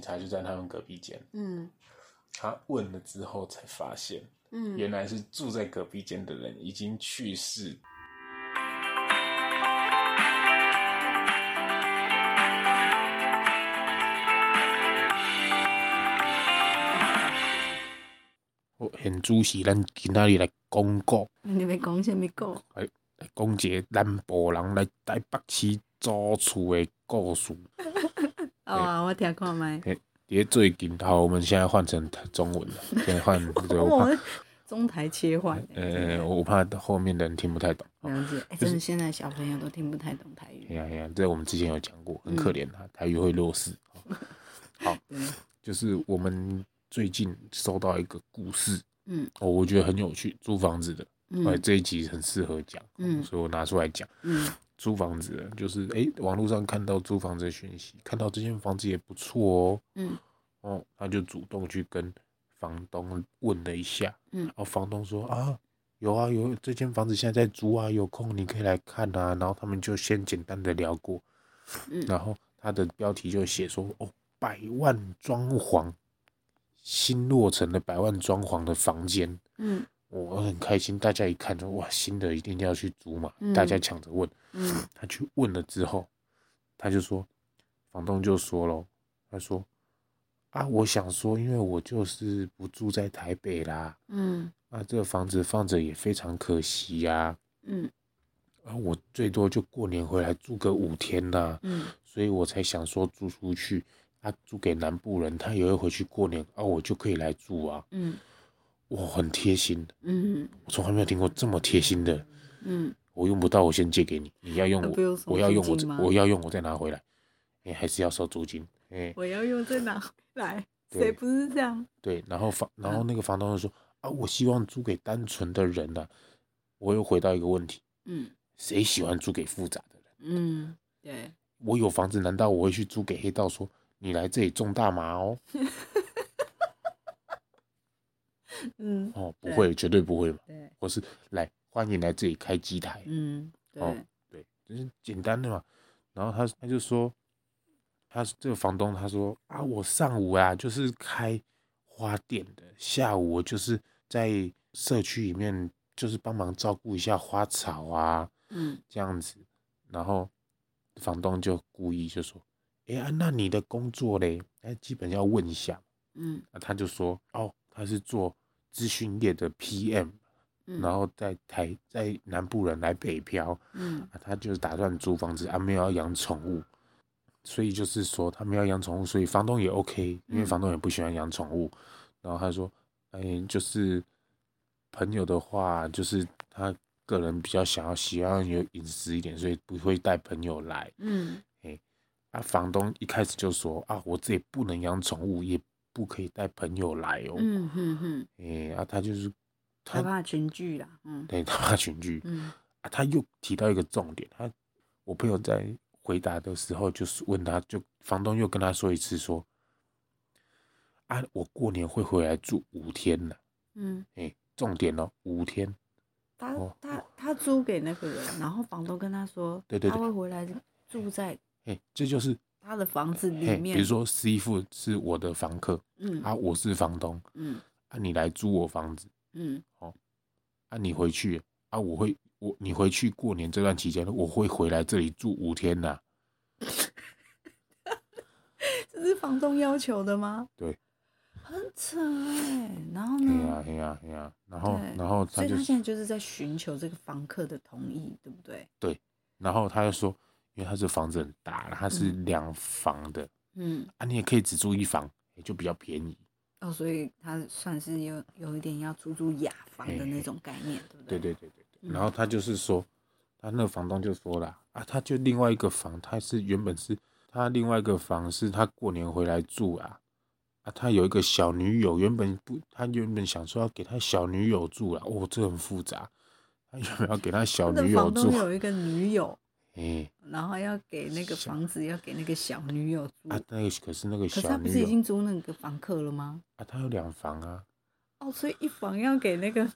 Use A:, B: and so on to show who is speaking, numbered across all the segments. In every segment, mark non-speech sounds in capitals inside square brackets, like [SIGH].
A: 察就在他们隔壁间，
B: 嗯
A: 他问了之后才发现，
B: 嗯，
A: 原来是住在隔壁间的人已经去世。我现主持咱今仔日来广告，
B: [LAUGHS] 你要讲啥物故？
A: 来讲一个南部人来台北市租厝的故事。
B: 哦啊，我听看麦。
A: 也最近，好，我们现在换成中文了，现在换对，我
B: [LAUGHS] 哦我
A: 怕，
B: 们中台切换欸。
A: 呃，我怕后面的人听不太懂。
B: 了解，哎，真的现在小朋友都听不太懂台
A: 哎
B: 语。
A: 呀哎呀，这我们之前有讲过，很可怜啊，台语会弱
B: [LAUGHS]
A: 势。
B: 嗯对，
A: 就是我们最近收到一个故事，
B: 嗯
A: 哦，我觉得很有趣，租房子的，哎，
B: 嗯
A: 这一集很适合讲，
B: 嗯
A: 所以我拿出来讲。
B: 嗯
A: 租房子的，就是哎、网络上看到租房子的讯息，看到这间房子也不错哦，
B: 嗯
A: 哦，他就主动去跟房东问了一下，
B: 嗯
A: 然后房东说啊，有啊有，这间房子现在在租啊，有空你可以来看啊，然后他们就先简单的聊过，
B: 嗯
A: 然后他的标题就写说哦，百万装潢，新落成的百万装潢的房间，
B: 嗯
A: 我很开心，大家一看说哇，新的一定要去租嘛，大家
B: 嗯
A: 抢着问，
B: 嗯
A: 他去问了之后，他就说，房东就说咯，他说啊，我想说，因为我就是不住在台北啦，
B: 嗯
A: 啊，这个房子放着也非常可惜呀、
B: 嗯
A: 啊，我最多就过年回来住个五天呐、
B: 嗯
A: 所以我才想说租出去，啊，租给南部人，他也会回去过年，啊，我就可以来住啊，
B: 嗯
A: 哇，很贴心，
B: 嗯
A: 我从来没有听过这么贴心的，
B: 嗯，
A: 我用不到，我先借给你，你要用
B: 啊
A: 我，
B: 不用送
A: 我要用我
B: 租金
A: 再，
B: 吗
A: 我要用我再拿回来，哎、还是要收租金，哎、
B: 我要用这拿回来，
A: 对
B: 谁不是这样？
A: 对，然后房，然后
B: 嗯
A: 那个房东就说、啊，我希望租给单纯的人呢、我又回到一个问题，
B: 嗯
A: 谁喜欢租给复杂的人？
B: 嗯，对，
A: 我有房子，难道我会去租给黑道说你来这里种大麻哦？
B: 嗯
A: 哦，不
B: 对
A: 会，绝对不会嘛。
B: 对，
A: 我是来欢迎来这里开机台，
B: 嗯
A: 哦
B: 对，
A: 对，就是简单的嘛。然后他他就说，他这个房东他说啊，我上午啊就是开花店的，下午我就是在社区里面就是帮忙照顾一下花草啊
B: 嗯
A: 这样子。然后房东就故意就说，哎、啊，那你的工作嘞？哎，基本要问一下。
B: 嗯
A: 那他就说，哦，他是做资讯业的 PM，
B: 嗯，
A: 然后在台在南部人来北漂。
B: 嗯
A: 啊，他就是打算租房子，啊，没有要养宠物，所以就是说他没有要养宠物，所以房东也 OK，因为
B: 嗯
A: 房东也不喜欢养宠物。然后他说，哎、就是朋友的话，就是他个人比较想要喜欢有隐私一点，所以不会带朋友来。
B: 嗯
A: 啊，房东一开始就说啊，我这里不能养宠物，也不可以带朋友来哦。哎、
B: 嗯嗯嗯，
A: 啊，他就是他
B: 害怕群聚啦，嗯
A: 对他怕群聚，
B: 嗯
A: 啊，他又提到一个重点，他我朋友在回答的时候，就是问他就房东又跟他说一次说，啊，我过年会回来住五天呢、
B: 嗯，
A: 诶，重点哦，五天，
B: 他
A: 哦
B: 他他租给那个人，然后房东跟他说，
A: 对对
B: 他
A: 对
B: 会回来住在
A: 诶，这就是
B: 他的房子里
A: 嘿，比
B: 面，
A: 如说师傅是我的房客，
B: 嗯
A: 啊，我是房东，
B: 嗯
A: 啊，你来租我房子，
B: 嗯
A: 啊，你回去，啊，我会我你回去过年这段期间，我会回来这里住五天呐、
B: [LAUGHS] 这是房东要求的吗？
A: 对，
B: 很扯哎、然后
A: 嘿呀
B: 呢？
A: 嘿呀嘿呀，然后
B: 对
A: 然后
B: 所
A: 他
B: 以
A: 就
B: 他现在就是在寻求这个房客的同意，对不对？
A: 然后他就说，因为他这房子很大，他是
B: 嗯
A: 两房的、
B: 嗯，
A: 啊，你也可以只住一房，也就比较便宜。
B: 哦，所以他算是有有一点要出租雅房的那种概念，对不
A: 对
B: 对？
A: 对对对对。
B: 嗯
A: 然后他就是说，他那个房东就说了啊，他就另外一个房，他是原本是他另外一个房是他过年回来住啊，啊，他有一个小女友，原本不，他原本想说要给他小女友住啊，哦，这很复杂，他原本要给他小
B: 他的
A: 女友
B: 房
A: 住
B: 东，有一个女友，
A: 哎、
B: 然后要给那个房子要给那个小女友租，
A: 啊，那个可是那个
B: 可是
A: 小
B: 他不
A: 女
B: 是已
A: 友
B: 经租那个房客了吗？
A: 啊，他有两房啊，
B: 哦，所以一房要给那个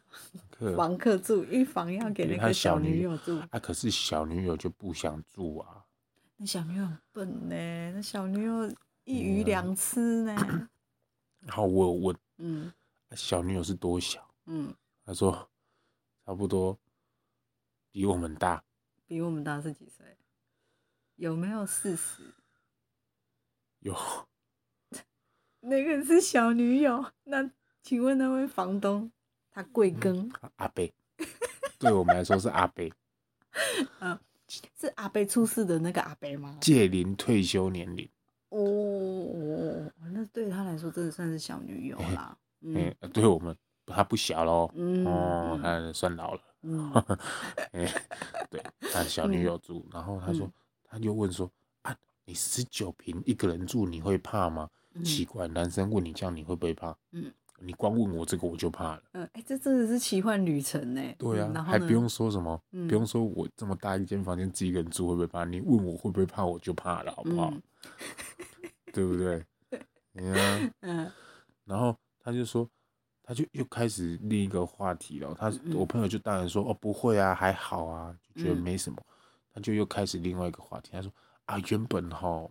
A: 可
B: 房客住，一房要给
A: 给
B: 那
A: 他
B: 个
A: 小
B: 小
A: 女
B: 女
A: 友
B: 友住。
A: 啊，可是小女友就不想住啊，
B: 那小女友很笨呢，那小女友
A: 嗯
B: 一鱼两吃呢。 [COUGHS]
A: 然后我有问
B: 嗯
A: 小女友是多小，
B: 嗯，
A: 她说差不多比我们大，
B: 比我们大是几岁？有没有四十？
A: 有
B: 那个是小女友。那请问那位房东，他贵庚？
A: 阿贝，对我们来说是阿贝，
B: 是阿贝出事的那个阿贝吗？
A: 届龄退休年龄。
B: 哦哦，哦那对他来说真的算是小女友啦。嗯
A: 哎、对我们他不小喽，
B: 嗯
A: 哦，
B: 嗯
A: 他算老了。
B: 嗯，
A: 哎、
B: [LAUGHS]
A: 对，他小女友住，然后他说，
B: 嗯
A: 他就问说啊，你十九平一个人住，你会怕吗？
B: 嗯
A: 奇怪，男生问你这样，你会不会怕？
B: 嗯，
A: 你光问我这个我就怕了。
B: 嗯，哎，这真的是奇幻旅程呢。
A: 对啊
B: 嗯，然后
A: 还
B: 呢
A: 不用说什么，
B: 嗯
A: 不用说我这么大一间房间自己一个人住会不会怕？你问我会不会怕，我就怕了，好不好？
B: 嗯
A: 对不对？你看、
B: [LAUGHS] 嗯
A: 然后他就说，他就又开始另一个话题了。他
B: 嗯
A: 我朋友就当然说，哦，不会啊，还好啊，就觉得
B: 嗯
A: 没什么。他就又开始另外一个话题，他说啊，原本哈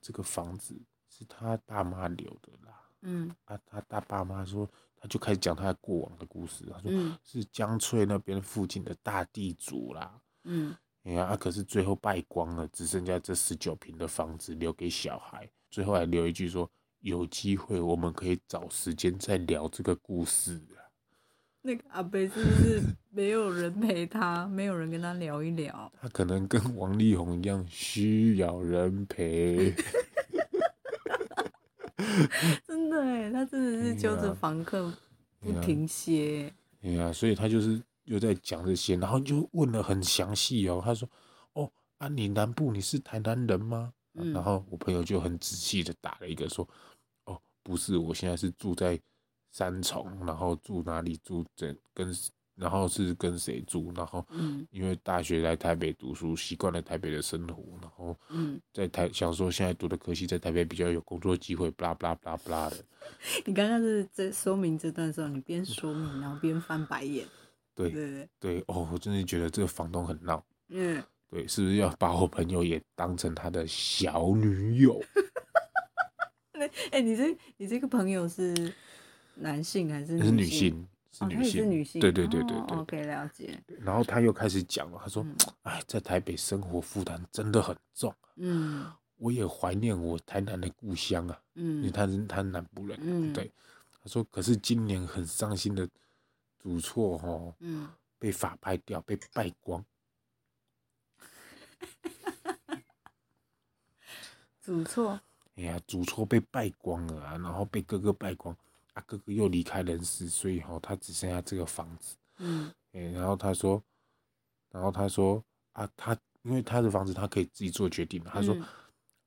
A: 这个房子是他爸妈留的啦。 [LAUGHS]
B: 嗯
A: 啊，他他爸妈说，他就开始讲他过往的故事。他说、
B: 嗯
A: 是江翠那边附近的大地主啦。
B: 嗯
A: 哎呀、啊，可是最后败光了，只剩下这十九平的房子留给小孩。最后还留一句说：“有机会我们可以找时间再聊这个故事啊。
B: 那个阿贝是不
A: [LAUGHS]
B: 是没有人陪他，没有人跟他聊一聊？ [LAUGHS]
A: 他可能跟 [LAUGHS] 王力宏一样需要人陪。
B: 真的哎，他真的是揪
A: 对
B: 着
A: 啊
B: 房客不
A: 对啊
B: 停歇。
A: 哎呀、所以他就是又在讲这些，然后就问了很详细哦。他说：“哦，啊，你南部你是台南人吗？”啊
B: 嗯
A: 然后我朋友就很仔细的打了一个说：“哦，不是，我现在是住在三重，然后住哪里住这跟，然后是跟谁住，然后
B: 嗯
A: 因为大学来台北读书，习惯了台北的生活，然后
B: 嗯，
A: 在台想说现在读的科系在台北比较有工作机会，巴拉巴拉巴拉巴拉的，
B: 你刚刚是在说明这段的时候，你边说明然后边翻白眼，对
A: 对
B: 不对？
A: 对哦，我真的觉得这个房东很闹。”
B: 嗯，
A: 对，是不是要把我朋友也当成他的小女
B: [LAUGHS]
A: 友？
B: 哎，你这你这个朋友是男性还是
A: 是女
B: 性？
A: 性，是
B: 哦，
A: 女
B: 他也是
A: 性，
B: 女性。
A: 对对对对
B: 哦
A: 对。
B: OK，了解。
A: 然后他又开始讲了，他说
B: 嗯：“
A: 哎，在台北生活负担真的很重，
B: 嗯
A: 我也怀念我台南的故乡啊，因为
B: 嗯
A: 他是他是南部人，
B: 嗯
A: 对。”他说：“可是今年很伤心的，主错哦，
B: 嗯，
A: 被法拍掉，被败光。
B: 主错。
A: 哎呀，主错被败光了啊，然后被哥哥败光，啊，哥哥又离开人世，所以哦，他只剩下这个房子。”
B: 嗯
A: 欸，然后他说，然后他说啊，他因为他的房子他可以自己做决定嘛，他说、
B: 嗯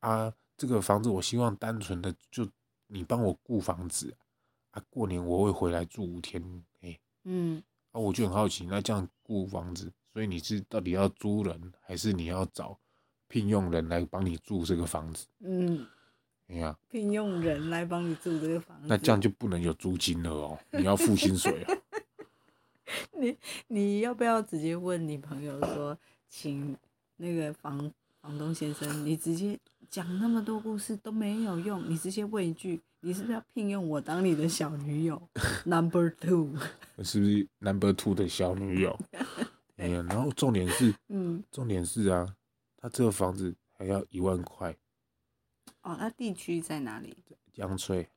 A: 啊，这个房子我希望单纯的就你帮我顾房子啊，过年我会回来住五天，哎、
B: 嗯
A: 啊，我就很好奇，那这样顾房子，所以你是到底要租人，还是你要找聘用人来帮你住这个房子？
B: 嗯，
A: 哎呀、
B: 聘用人来帮你住这个房子。
A: 那这样就不能有租金了哦，你要付薪水哦。 [LAUGHS]
B: 你你要不要直接问你朋友说，请那个房房东先生，你直接讲那么多故事都没有用，你直接问一句，你是不是要聘用我当你的小女友
A: [LAUGHS]
B: ？Number two， [LAUGHS]
A: 是不是 Number Two 的小女友？哎呀，然后重点是，
B: 嗯，
A: 重点是啊，他这个房子还要一万块，
B: 哦，那地区在哪里？
A: 江吹、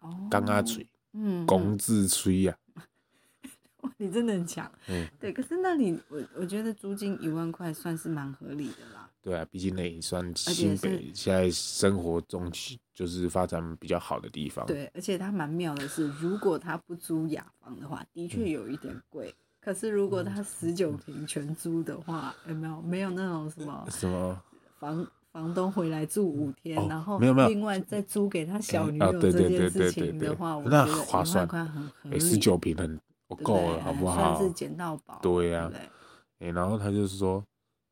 B: 哦，
A: 刚阿吹、
B: 嗯，嗯，
A: 龚志吹啊呀，
B: 哇 [LAUGHS] 你真的很强。
A: 嗯，
B: 对，可是那里我我觉得租金一万块算是蛮合理的啦。
A: 对啊，毕竟那也算
B: 且
A: 新
B: 是
A: 北现在生活中就是发展比较好的地方，
B: 对，而且它蛮妙的是，如果他不租雅房的话，的
A: 嗯
B: 确有一点贵。可是如果他十九平全租的话，有没有没有那种什
A: [LAUGHS]
B: 么
A: 什么
B: 房房东回来住五天，
A: 哦
B: 然后
A: 没有没有
B: 另外再租给他小
A: 哎
B: 女
A: 啊
B: 友
A: 对
B: 这
A: 对
B: 件
A: 对
B: 事
A: 对
B: 情
A: 对对
B: 的话，我
A: 那
B: 觉得
A: 划
B: 1万
A: 算
B: 块很合理，
A: 哎十九平很我
B: 对
A: 够
B: 对
A: 了，好不
B: 算
A: 好？
B: 是捡到宝，
A: 对呀
B: 不对
A: 哎、然后他就是说，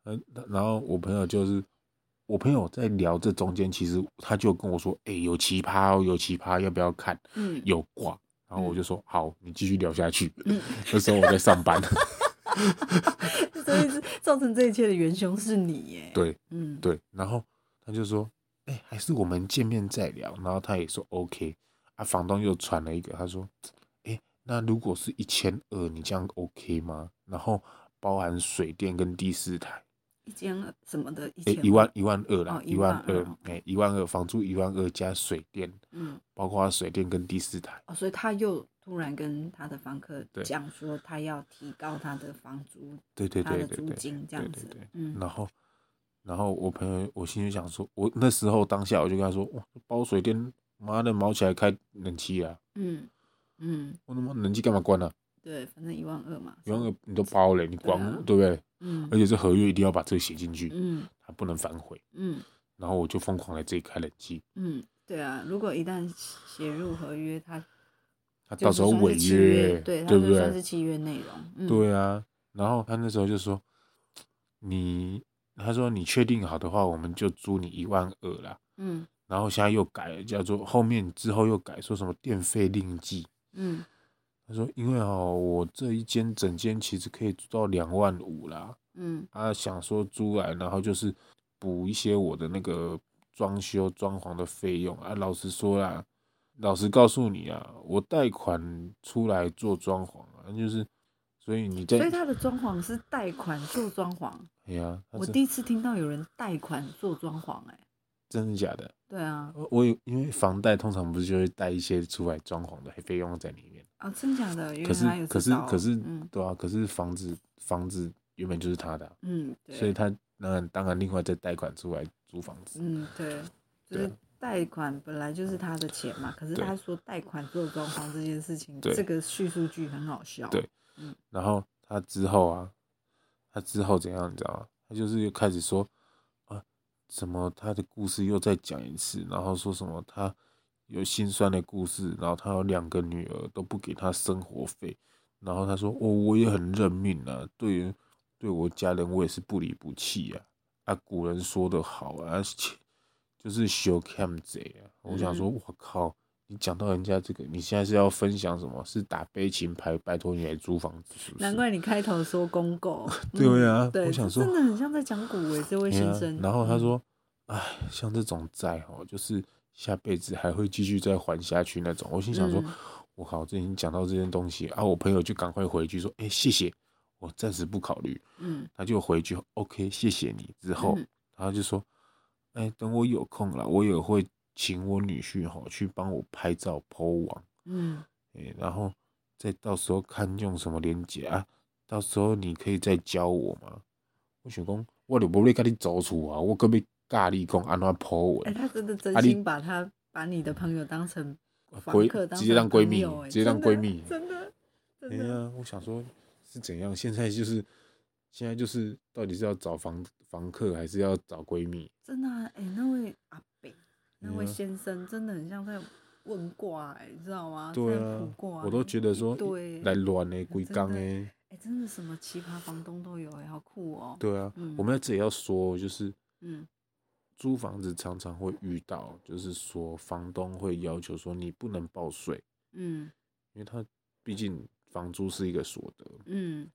A: 嗯，他然后我朋友就是，我朋友在聊这中间，其实他就跟我说，哎、有奇葩哦，有奇葩，要不要看？
B: 嗯，
A: 有挂，然后我就说，好，你继续聊下去。
B: 嗯
A: 那时候我在上
B: [LAUGHS]
A: 班，
B: 所以是造成这一切的元凶是你耶，
A: [LAUGHS] 对
B: 嗯，
A: 对，然后他就说，哎、还是我们见面再聊。”然后他也说 OK。啊，房东又传了一个，他说：“哎、那如果是一千二，你这样 OK 吗？然后包含水电跟第四台，
B: 一间什么的，一
A: 哎、
B: 千
A: 一万一万二啦
B: 哦，
A: 一万
B: 12,000
A: 二
B: 哦，
A: 哎，一万二，房租一万二加水电，
B: 嗯，
A: 包括水电跟第四台。
B: 哦，所以他又突然跟他的房客
A: 对
B: 讲说，他要提高他的房租，
A: 对对
B: 他
A: 对
B: 的
A: 对
B: 租
A: 对，
B: 金这样子
A: 对对对，
B: 嗯
A: 然后，然后我朋友，我心里想说，我那时候当下我就跟他说，哇，包水电，妈的，毛起来开冷气啊！
B: 嗯嗯，
A: 我他妈冷气干嘛关啊？
B: 对，反正一万二嘛，
A: 原来你都包了，你管
B: 对啊
A: 我对不对？
B: 嗯
A: 而且这合约一定要把这个写进去，
B: 嗯
A: 他不能反悔。
B: 嗯
A: 然后我就疯狂来自己开冷气，
B: 嗯，对啊，如果一旦写入合约，他
A: 他
B: 就
A: 到
B: 是
A: 时候
B: 算是
A: 违
B: 契
A: 约，
B: 对，他
A: 对不
B: 就算是
A: 对？
B: 契约内容，嗯，
A: 对啊。然后他那时候就说，你，他说你确定好的话，我们就租你一万二啦。
B: 嗯
A: 然后现在又改了，叫做后面之后又改说什么电费另计。
B: 嗯
A: 他说，因为哦，我这一间整间其实可以租到两万五啦，
B: 嗯
A: 啊，想说租来，然后就是补一些我的那个装修装潢的费用啊。老实说啦，老实告诉你啊，我贷款出来做装潢啊，就是，所以你在
B: 所以，他的装潢是贷款做装潢，
A: 哎呀，他
B: 我
A: 是
B: 第一次听到有人贷款做装潢、哎，
A: 真的假的？
B: 对啊，
A: 我我有因为房贷通常不是就会带一些出来装潢的费用在里面。
B: 啊，真假的，原
A: 可
B: 来
A: 是
B: 还有
A: 可
B: 这
A: 是
B: 招哦
A: 可是
B: 嗯，
A: 对啊，可是房子房子原本就是他的啊、
B: 嗯，对，
A: 所以他当然当然另外再贷款出来租房子，
B: 嗯，对，就
A: 对啊
B: 是贷款本来就是他的钱嘛，可是
A: 对
B: 他说贷款做装潢这件事情，
A: 对
B: 这个叙述句很好笑。
A: 对然后他之后啊，他之后怎样你知道吗？他就是又开始说啊，什么他的故事又再讲一次，然后说什么他有心酸的故事，然后他有两个女儿都不给他生活费，然后他说我、我也很认命啊，对于对我家人我也是不离不弃啊。啊，古人说的好啊， [LAUGHS] 切就是修 cam 贼啊。我想说，我靠，你讲到人家这个，你现在是要分享什么？是打悲情牌？拜托你来租房子是不是？，
B: 难怪你开头说公狗
A: [LAUGHS] 对啊
B: 嗯对，
A: 我想说
B: 这真的很像在讲
A: [LAUGHS]
B: 古为这位
A: 对
B: 先
A: 啊
B: 生。
A: 然后他
B: 嗯，
A: 说：“哎，像这种债哦，就是下辈子还会继续再还下去那种。”我心想说
B: 嗯：“
A: 我靠，这已经讲到这件东西啊！”我朋友就赶快回一句说：“哎，谢谢，我暂时不考虑。
B: 嗯”
A: 他就回一句：“OK，谢谢你。”之后，
B: 嗯
A: 然后就说：“哎，等我有空了，我也会请我女婿哈去帮我拍照、剖网。”
B: 嗯
A: 诶、然后再到时候看用什么连接啊，到时候你可以再教我嘛。我想讲，我就无咧甲你走出啊，我搁要教你讲安怎铺
B: 哎、
A: 文，
B: 他真的真
A: 啊你
B: 心把他把你的朋友当成
A: 闺
B: 房客，当
A: 啊直接
B: 成
A: 当闺
B: 朋
A: 蜜
B: 友哎
A: 直接当
B: 真的
A: 闺蜜
B: 真的
A: 哎
B: 真的。
A: 呀，我想说是怎样？现在就是现在就是，到底是要找房房客还是要找闺蜜？
B: 真的、啊，哎、那位阿北，那
A: 哎
B: 位
A: 呀
B: 先生，真的很像在问卦、哎，你知道吗？
A: 对
B: 在卜
A: 啊，
B: 卦、欸
A: 我都觉得说
B: 对，啊
A: 来乱欸的规
B: 真
A: 刚
B: 的
A: 诶，
B: 哎、真的什么奇葩房东都有、哎，好酷哦、
A: 对啊，
B: 嗯
A: 我们在这里要说，就是
B: 嗯
A: 租房子常常会遇到，就是说房东会要求说你不能报税。
B: 嗯
A: 因为它毕竟房租是一个所得，
B: 嗯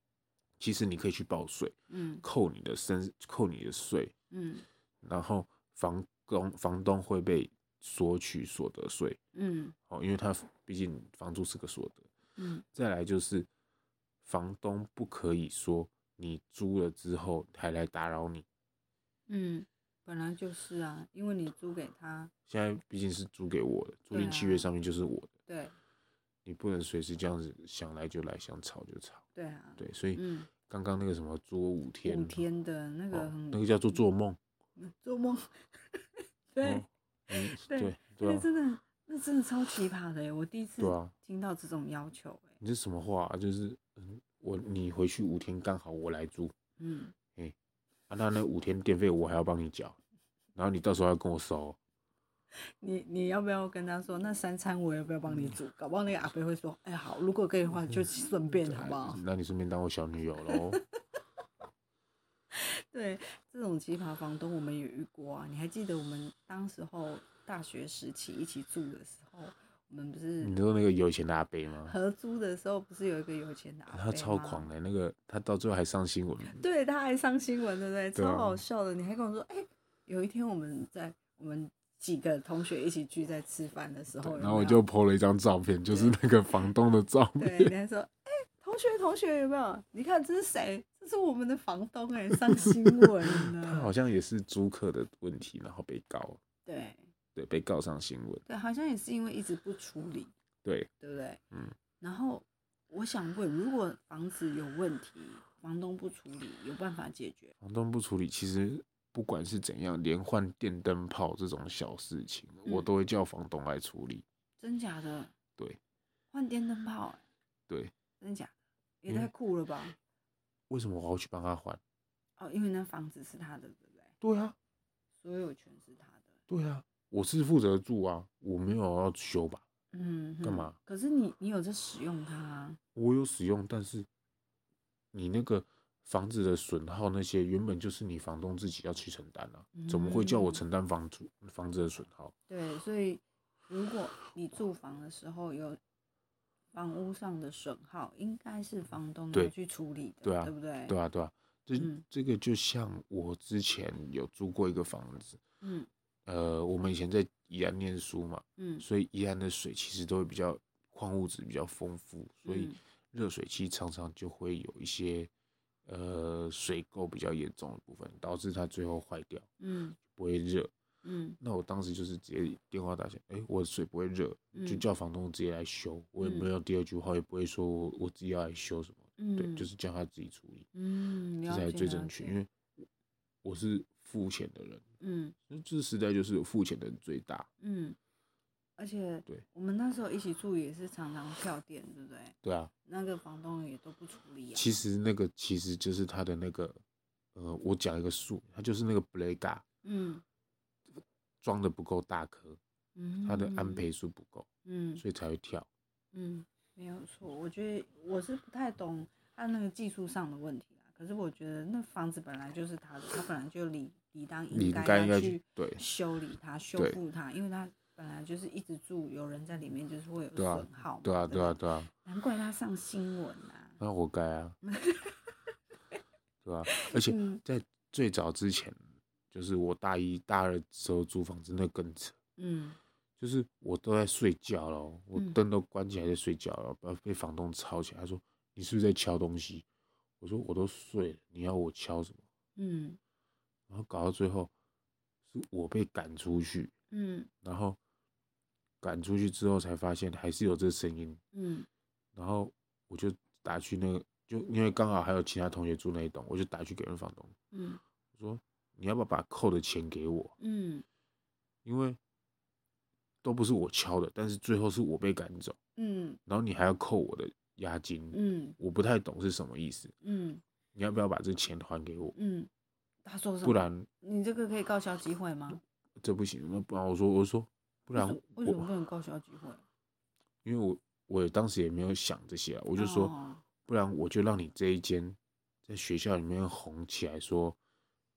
A: 其实你可以去报税，
B: 嗯
A: 扣你的身扣你的税，
B: 嗯
A: 然后房东房东会被索取所得税
B: 嗯
A: 哦，因为它毕竟房租是个所得。
B: 嗯
A: 再来就是房东不可以说你租了之后还来打扰你，
B: 嗯，本来就是啊，因为你租给他，
A: 现在毕竟是租给我的，租
B: 对
A: 赁契
B: 啊
A: 约上面就是我的，
B: 对
A: 你不能随时这样子想来就来，想吵就吵。
B: 对啊，
A: 对，所以
B: 嗯，
A: 刚刚那个什么租我五天，
B: 五天的那个
A: 哦
B: 很、，
A: 那个叫做做梦。
B: 做梦， [LAUGHS] 对。
A: 哦嗯，
B: [LAUGHS] 对
A: 对对
B: 那
A: 啊，
B: 真的，那真的超奇葩的耶！欸我第一次
A: 对啊
B: 听到这种要求欸耶，
A: 你这什么话、啊？就是嗯，我你回去五天刚好我来租
B: 嗯，
A: 啊，那那五天电费我还要帮你缴，然后你到时候要跟我收，
B: 你你要不要跟他说，那三餐我要不要帮你
A: 嗯
B: 煮？搞不好那个阿伯会说，哎、好，如果可以的话就顺便好不好？
A: 那你顺便当我小女友喽。
B: 对，这种奇葩房东我们也遇过啊。你还记得我们当时候大学时期一起住的时候，我们不 [LAUGHS] 是
A: 你说那个有钱的阿伯吗？啊
B: 合租的时候，不是有一个有钱的阿伯
A: 他超
B: 吗
A: 狂的、那个他到最后还上新闻，
B: 对他还上新闻，对不对？
A: 对啊
B: 超好笑的。你还跟我说，哎、有一天我们在我们几个同学一起聚在吃饭的时候，有没
A: 然后我
B: 有
A: 就 po 了一张照片，就是那个房东的照
B: 对
A: 片。
B: 人家说，哎、同学同学有没有？你看这是谁？这是我们的房东哎、上新闻
A: [LAUGHS] 他
B: 了。
A: 好像也是租客的问题，然后被告，
B: 对
A: 对，被告上新闻。
B: 对，好像也是因为一直不处理，
A: 对，
B: 对不对？
A: 嗯。
B: 然后我想问，如果房子有问题，房东不处理，有办法解决？
A: 房东不处理，其实不管是怎样，连换电灯泡这种小事情，我
B: 嗯
A: 都会叫房东来处理。
B: 真假的？
A: 对。
B: 换电灯泡、哎
A: 对，
B: 真假的？也
A: 因为
B: 太酷了吧！
A: 为什么我要去帮他换？
B: 哦，因为那房子是他的，对不对？
A: 对啊，
B: 所有权是他的。
A: 对啊，我是负责住啊，我没有要修吧？
B: 嗯，
A: 干
B: 哼
A: 嘛？
B: 可是你你有在使用它、啊，
A: 我有使用，但是你那个房子的损耗那些，原本就是你房东自己要去承担啊，怎么会叫我
B: 嗯
A: 承担房租房子的损耗？
B: 对，所以如果你住房的时候有房屋上的损耗，应该是房东要
A: 对
B: 去处理的，
A: 对啊
B: 不对？
A: 对啊，对啊，这、
B: 嗯
A: 这个就像我之前有租过一个房子，
B: 嗯
A: 呃，我们以前在宜兰念书嘛，
B: 嗯，
A: 所以宜兰的水其实都会比较矿物质比较丰富，所以
B: 嗯
A: 热水器常常就会有一些呃水垢比较严重的部分，导致它最后坏掉，
B: 嗯
A: 不会热。
B: 嗯
A: 那我当时就是直接电话打起来，哎、我的水不会热，就
B: 嗯
A: 叫房东直接来修，我也
B: 嗯
A: 没有第二句话，也不会说我我自己要来修什么，
B: 嗯，
A: 对，就是叫他自己处理。
B: 嗯，
A: 这
B: 了
A: 才
B: 解
A: 最
B: 了
A: 正确，
B: 解
A: 因为我我是付钱的人，
B: 嗯
A: 那这时代就是有付钱的人最大，
B: 嗯，而且
A: 对
B: 我们那时候一起住也是常常跳电，对不对？
A: 对啊。
B: 那个房东也都不处理啊，
A: 其实那个其实就是他的那个，呃，我讲一个数，它就是那个 b l a g a
B: 嗯
A: 装的不够大颗，
B: 嗯，
A: 它的安培数不够，
B: 嗯，
A: 所以才会跳。
B: 嗯，没有错。我觉得我是不太懂他那个技术上的问题啦。可是我觉得那房子本来就是他的，他本来就理理当
A: 你
B: 应
A: 应
B: 该
A: 该应
B: 要
A: 该
B: 去
A: 去对
B: 修理它、修
A: 对
B: 复它，因为它本来就是一直住，有人在里面就是会有
A: 对啊
B: 损耗嘛。
A: 对啊
B: 不
A: 对啊对啊，
B: 难怪他上新闻啊。
A: 那活该
B: [LAUGHS]
A: 啊，对啊。而且
B: 嗯
A: 在最早之前，就是我大一大二的时候租房子那更扯，
B: 嗯
A: 就是我都在睡觉了，我
B: 嗯
A: 灯都关起来在睡觉了，不要被房东吵起来。他说你是不是在敲东西？我说我都睡了，你要我敲什么？
B: 嗯
A: 然后搞到最后是我被赶出去，
B: 嗯
A: 然后赶出去之后才发现还是有这声音，
B: 嗯
A: 然后我就打去那个，就因为刚好还有其他同学住那一栋，我就打去给人房东，
B: 嗯
A: 我说你要不要把扣的钱给我？
B: 嗯
A: 因为都不是我敲的，但是最后是我被赶走。
B: 嗯
A: 然后你还要扣我的押金，
B: 嗯
A: 我不太懂是什么意思。
B: 嗯
A: 你要不要把这钱还给我？
B: 嗯，他说什
A: 不
B: 么？
A: 然
B: 你这个可以告消基会吗？
A: 这不行。那不然我说我说，不然
B: 为什么
A: 我
B: 不能告消基会？
A: 因为我我当时也没有想这些啊，我
B: 我
A: 就说不然我就让你这一间在学校里面红起来说，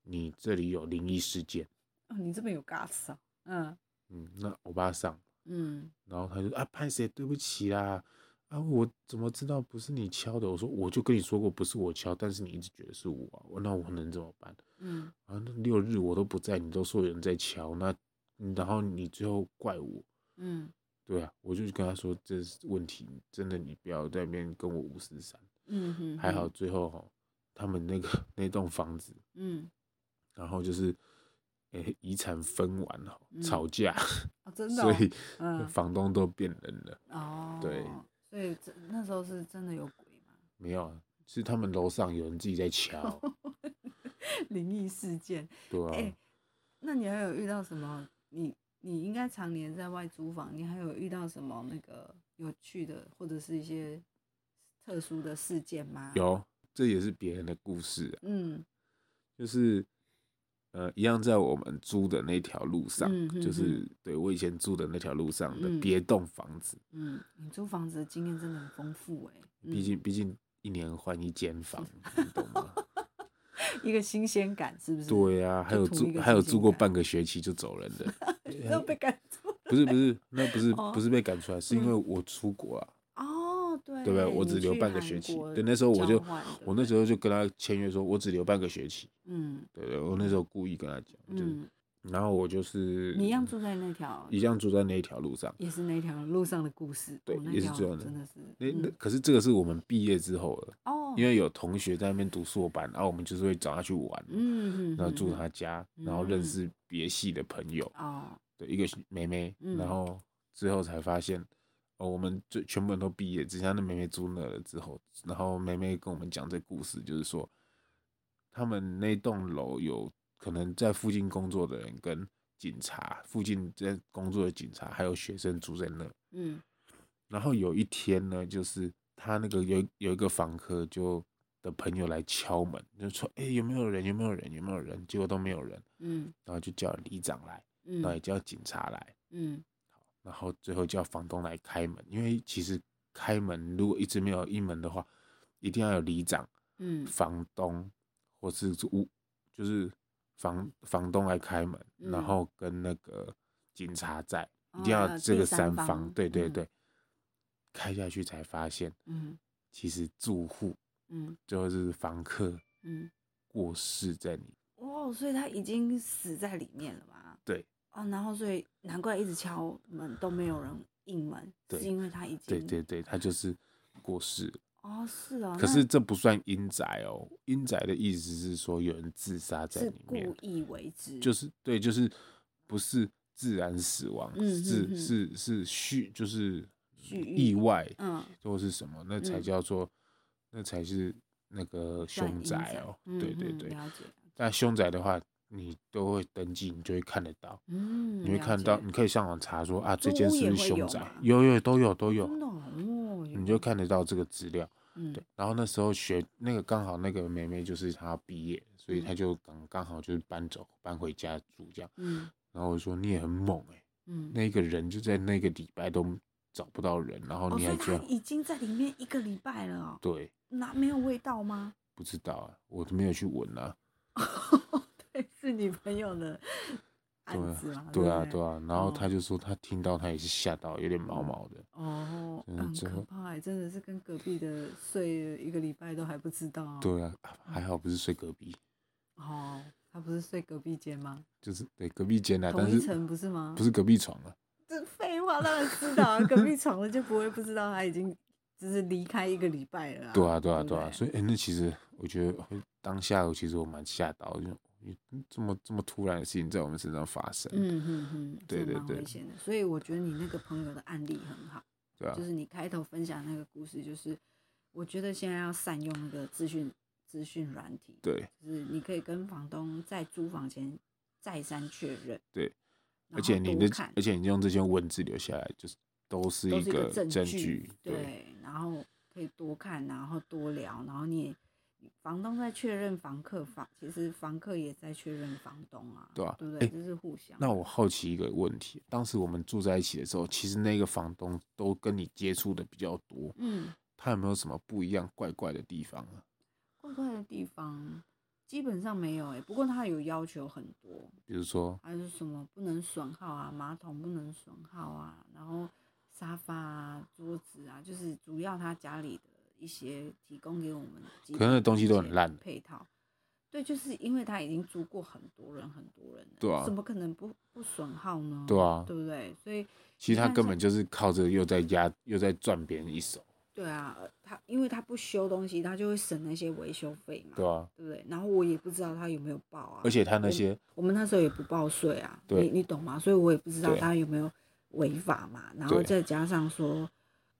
A: 你这里有灵异事件，
B: 哦，你这边有 gas 啊？嗯
A: 嗯，那欧巴上，
B: 嗯
A: 然后他就啊拍谁对不起啦。啊！我怎么知道不是你敲的？我说我就跟你说过不是我敲，但是你一直觉得是我、啊，我那我能怎么办？
B: 嗯
A: 啊，那六日我都不在，你都说有人在敲，那嗯然后你最后怪我，
B: 嗯
A: 对啊，我就跟他说这是问题，真的你不要在那边跟我五四三。
B: 嗯哼，
A: 还好，最后哈，他们那个那栋房子，
B: 嗯，
A: 然后就是诶、遗产分完哈，
B: 嗯
A: 吵架， [LAUGHS]
B: 哦，真的哦，
A: 所以 [LAUGHS]
B: 嗯
A: 房东都变人了。
B: 哦，
A: 对，
B: 所以这那时候是真的有鬼吗？
A: 没有啊，是他们楼上有人自己在敲，
B: [LAUGHS] 灵异事件？
A: 对
B: 哎、
A: 啊，
B: 那你还有遇到什么？你你应该常年在外租房，你还有遇到什么那个有趣的或者是一些特殊的事件吗？，
A: 有，这也是别人的故事啊，
B: 嗯
A: 就是呃，一样在我们租的那条路上，
B: 嗯哼
A: 就
B: 哼
A: 是对我以前住的那条路上的
B: 嗯
A: 别栋房子，
B: 嗯，你租房子的经验真的很丰富哎、
A: 毕
B: 嗯，
A: 竟毕竟一年换一间
B: [LAUGHS]
A: 房，你懂吗？
B: 嗯一个新鲜感是不是？
A: 对呀、还
B: 就
A: 有
B: 图一
A: 住
B: 个
A: 还有
B: 新鲜
A: 住过
B: 感
A: 半个学期就走人的，
B: [LAUGHS] 都被赶走了。
A: 不是不是，那不是
B: [LAUGHS] 哦
A: 不是被赶出来，是因为我出国啊，
B: 哦，对，
A: 对不对？我只
B: 你
A: 留
B: 去
A: 半个
B: 韩
A: 学期
B: 国，
A: 对，那时候我
B: 交
A: 就
B: 换对
A: 我
B: 不
A: 那
B: 对
A: 时候就跟他签约说，我只留半个学期，
B: 嗯
A: 对对，我那时候故意跟他讲，就是
B: 嗯，
A: 然后我就是
B: 你一样住在那条，
A: 一样住在那一条路上。
B: 也是那条路上的故事。
A: 对
B: 哦那
A: 也是
B: 条
A: 这样的
B: 真的是。
A: 那那
B: 嗯
A: 可是这个是我们毕业之后了，
B: 哦，
A: 因为有同学在那边读硕班，然后我们就是会找他去玩，
B: 嗯，嗯
A: 然后
B: 嗯
A: 住
B: 嗯
A: 他家，然后认识别系的朋友，
B: 哦，
A: 对一个妹妹，
B: 嗯
A: 然后之后才发现，哦，我们就全部人都毕业，只剩下那妹妹住那了之后，然后妹妹跟我们讲这故事，就是说，他们那栋楼有可能在附近工作的人跟警察，附近在工作的警察还有学生住在那，
B: 嗯
A: 然后有一天呢，就是他那个有一有一个房客就的朋友来敲门，就说：“哎、有没有人？有没有人？有没有人？”结果都没有人，
B: 嗯
A: 然后就叫里长来，然后也
B: 嗯
A: 叫警察来，
B: 嗯，
A: 然后最后叫房东来开门，因为其实开门如果一直没有一门的话，一定要有里长、
B: 嗯
A: 房东或是屋，就是房房东来开门，然
B: 嗯
A: 后跟那个警察在，一
B: 哦
A: 定要
B: 要有
A: 这
B: 第
A: 个
B: 三
A: 三
B: 方
A: 方，对对
B: 嗯
A: 对。开下去才发现，
B: 嗯
A: 其实住户
B: 嗯
A: 就是房客
B: 嗯，
A: 过世在你，
B: 哦，所以他已经死在里面了吧？
A: 对。
B: 哦，然后所以难怪一直敲门都没有人应门，
A: 对
B: 是因为他已经
A: 对对对，他就是过世了。
B: 哦，是哦，
A: 可
B: 那
A: 是这不算阴宅哦，阴宅的意思是说有人自杀在
B: 是
A: 里
B: 故
A: 面，
B: 意为之，
A: 就是对，就是不是自然死亡，
B: 嗯哼
A: 是
B: 哼
A: 是是蓄就是
B: 蓄意
A: 意外
B: 嗯
A: 或是什么，那才
B: 嗯
A: 叫做那才是那个
B: 算
A: 凶
B: 阴
A: 宅哦。
B: 嗯
A: 对对
B: 嗯
A: 对，
B: 了解，
A: 但凶宅的话，你都会登记，你就会看得到。
B: 嗯，
A: 你会
B: 了
A: 看到，
B: 解嗯
A: 你可以上网查说啊，这
B: 租
A: 间
B: 屋
A: 是不
B: 也
A: 是
B: 会
A: 凶
B: 有
A: 宅
B: 吗，
A: 有有都有都有，
B: 真的哦，
A: 你就看得到这个资料。
B: 嗯
A: 对，然后那时候学那个刚好那个妹妹就是她要毕业，所以
B: 嗯
A: 她就刚刚好就是搬走搬回家住这样。
B: 嗯
A: 然后我说你也很猛哎、
B: 嗯，
A: 那个人就在那个礼拜都找不到人，然后
B: 哦，
A: 你
B: 所
A: 还
B: 以
A: 这
B: 他
A: 样、
B: 已经在里面一个礼拜了哦，
A: 对，
B: 那没有味道吗？ [LAUGHS]
A: 不知道啊，我都没有去闻啊。
B: 对，是女朋友的
A: [LAUGHS] 对
B: 案
A: 啊
B: 子嘛？
A: 对啊
B: 不
A: 对啊，然后
B: 哦嗯
A: 她就说她听到她也是吓到，有点毛毛的。
B: 哦，
A: 嗯
B: 很
A: 这
B: 可
A: 个
B: 怕欸，真的是跟隔壁的睡了一个礼拜都还不知道。，
A: 对啊，啊还好不是睡隔壁，
B: 哦，他不是睡隔壁间吗？
A: 就是对隔壁间啊，但
B: 同一
A: 是
B: 层不是吗？
A: 不是隔壁床啊。
B: 这废话当然知道啊，隔壁床的就不会不知道他已经就是离开一个礼拜了。
A: 对，啊，对啊，
B: 哦对不
A: 对啊，
B: 对
A: 所以哎、诶那其实我觉得会当下，我其实我蛮吓到，就嗯这么这么突然的事情在我们身上发生，
B: 嗯哼哼，
A: 对
B: 这
A: 对
B: 蛮
A: 对
B: 危险的。所以我觉得你那个朋友的案例很好。
A: 对啊
B: 就，是你开头分享那个故事，就是我觉得现在要善用那个资讯资讯软体，
A: 对，
B: 就是你可以跟房东在租房前再三确认，
A: 对
B: 然后
A: 而且你
B: 多
A: 的
B: 看，
A: 而且你用这些文字留下来，就是都是
B: 都
A: 一
B: 是一个
A: 个
B: 证
A: 证
B: 据
A: 据，对，
B: 对，然后可以多看，然后多聊，然后你也。房东在确认房客房，其实房客也在确认房东啊，
A: 对啊
B: 不对？
A: 诶
B: 这是互相。
A: 那我好奇一个问题，当时我们住在一起的时候，其实那个房东都跟你接触的比较多，
B: 嗯，
A: 他有没有什么不一样、怪怪的地方啊？
B: 怪怪的地方基本上没有诶、欸不过他有要求很多，
A: 比如说，
B: 还有什么不能损耗啊，马桶不能损耗啊，然后沙发啊、桌子啊，就是主要他家里的一些提供给我们基
A: 可
B: 本
A: 能
B: 的
A: 那东西
B: 一
A: 都很
B: 些
A: 烂
B: 配套。对，就是因为他已经租过很多人，很多人了，
A: 对啊
B: 怎么可能不不损耗呢？
A: 对啊，
B: 哦对不对？所以
A: 其实他
B: 看
A: 根
B: 像
A: 本就是靠着又在压，又在赚别人一手，
B: 对啊，呃他因为他不修东西，他就会省那些维修费嘛，
A: 对啊，
B: 对不对？然后我也不知道他有没有报啊，
A: 而且他那
B: 我
A: 些。
B: 我们那时候也不报税啊，
A: 对
B: 你你懂吗？所以我也不知道
A: 对
B: 他有没有违法嘛。然后
A: 对
B: 再加上说，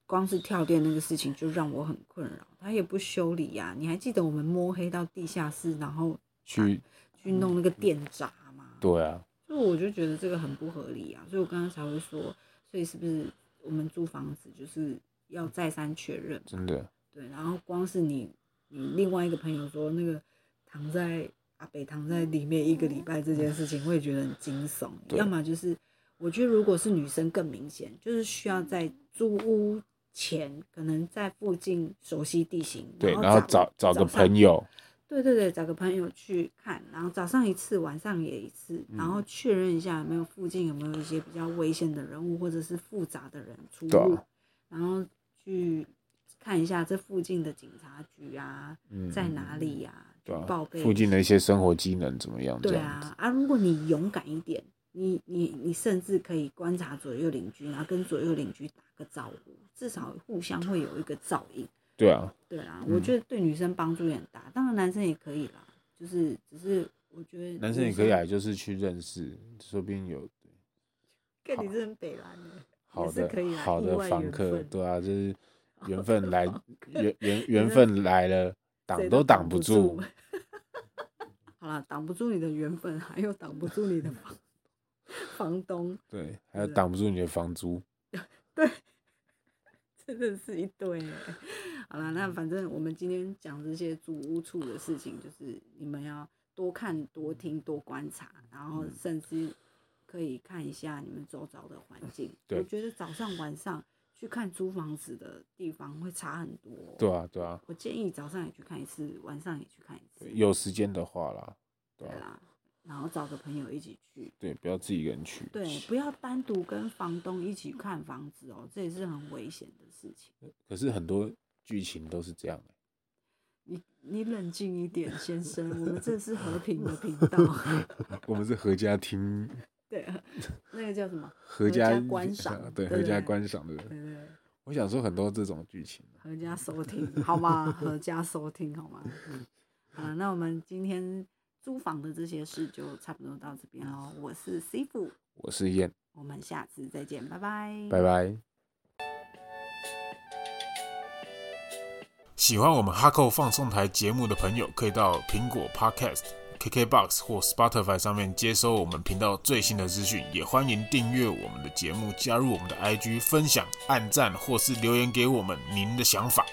B: 光是跳电那个事情就让我很困扰，他也不修理呀、你还记得我们摸黑到地下室，然后
A: 去，
B: 去弄那
A: 嗯
B: 个电闸吗？
A: 对啊，
B: 所以我就觉得这个很不合理啊，所以我刚刚才会说，所以是不是我们租房子就是要再三确认？
A: 真的，
B: 对，然后光是你你另外一个朋友说那个躺在阿北躺在里面一个礼拜这件事情，我也觉得很惊悚。
A: 对
B: 要么就是我觉得如果是女生更明显，就是需要在租屋前可能在附近熟悉地形，
A: 对，然后找找个朋
B: 友，
A: 友，
B: 对对对，找个朋友去看，然后早上一次，晚上也一次，然
A: 嗯
B: 后确认一下有没有附近有没有一些比较危险的人物或者是复杂的人出
A: 对啊
B: 入，然后去看一下这附近的警察局啊
A: 嗯，
B: 在哪里呀、
A: 对啊
B: 报备
A: 附近的一些生活机能怎么样？这
B: 对
A: 样子
B: 啊，啊，如果你勇敢一点，你你你甚至可以观察左右邻居，然后跟左右邻居打个招呼，至少互相会有一个照应。
A: 对啊，
B: 对啦，我觉得对女生帮助也很大，当然男生也可以啦，就是只是我觉得
A: 男生也可以啊，就是去认识，说不定有
B: 跟
A: 啊
B: 你这很北蓝的，
A: 好
B: 也是
A: 的
B: 可以啦
A: 好
B: 意
A: 的
B: 外
A: 房
B: 缘
A: 客，
B: 分哦
A: 对啊，就是缘分
B: [LAUGHS]
A: 来缘缘缘分来了，挡
B: 谁
A: 都
B: 挡
A: 挡不
B: 住 [LAUGHS]
A: 住。。
B: 好啦，挡不住你的缘分，还有挡不住你的房 [LAUGHS] 房东， [LAUGHS]
A: 对，还有
B: 是啊
A: 挡不住你的房租。
B: 真的是一对耶。好啦，
A: 嗯
B: 那反正我们今天讲这些租屋处的事情，就是你们要多看、多听、多观察，然
A: 嗯
B: 后甚至可以看一下你们周遭的环境。
A: 嗯对
B: 我觉得早上、晚上去看租房子的地方会差很多哦、
A: 对啊，对啊，
B: 我建议早上也去看一次，晚上也去看一次，
A: 有时间的话啦，对
B: 对
A: 啊，
B: 啦。然后找个朋友一起去，
A: 对，不要自己一个人去。
B: 对，不要单独跟房东一起看房子哦，这也是很危险的事情。
A: 可是很多剧情都是这样、
B: [LAUGHS]
A: 欸，
B: 你你冷静一点，先生，我们这是和平的频道。
A: 我们是合家听，
B: 对，啊那个叫什么？
A: 合
B: 家
A: 家
B: 观
A: [LAUGHS]
B: 赏
A: 对，
B: 对
A: 合家
B: 对
A: 观赏的人。
B: 对对，
A: 我想说很多这种剧情，
B: 合家收听，好吗？合家收听，好吗？嗯，好了，那我们今天租房的这些事就差不多到这边喽。我是 C 傅，
A: 我是燕，
B: 我们下次再见，拜拜。
A: 拜拜。喜欢我们哈扣放送台节目的朋友，可以到苹果 Podcast、KKBox 或 Spotify 上面接收我们频道最新的资讯。也欢迎订阅我们的节目，加入我们的 IG，分享、按赞或是留言给我们您的想法。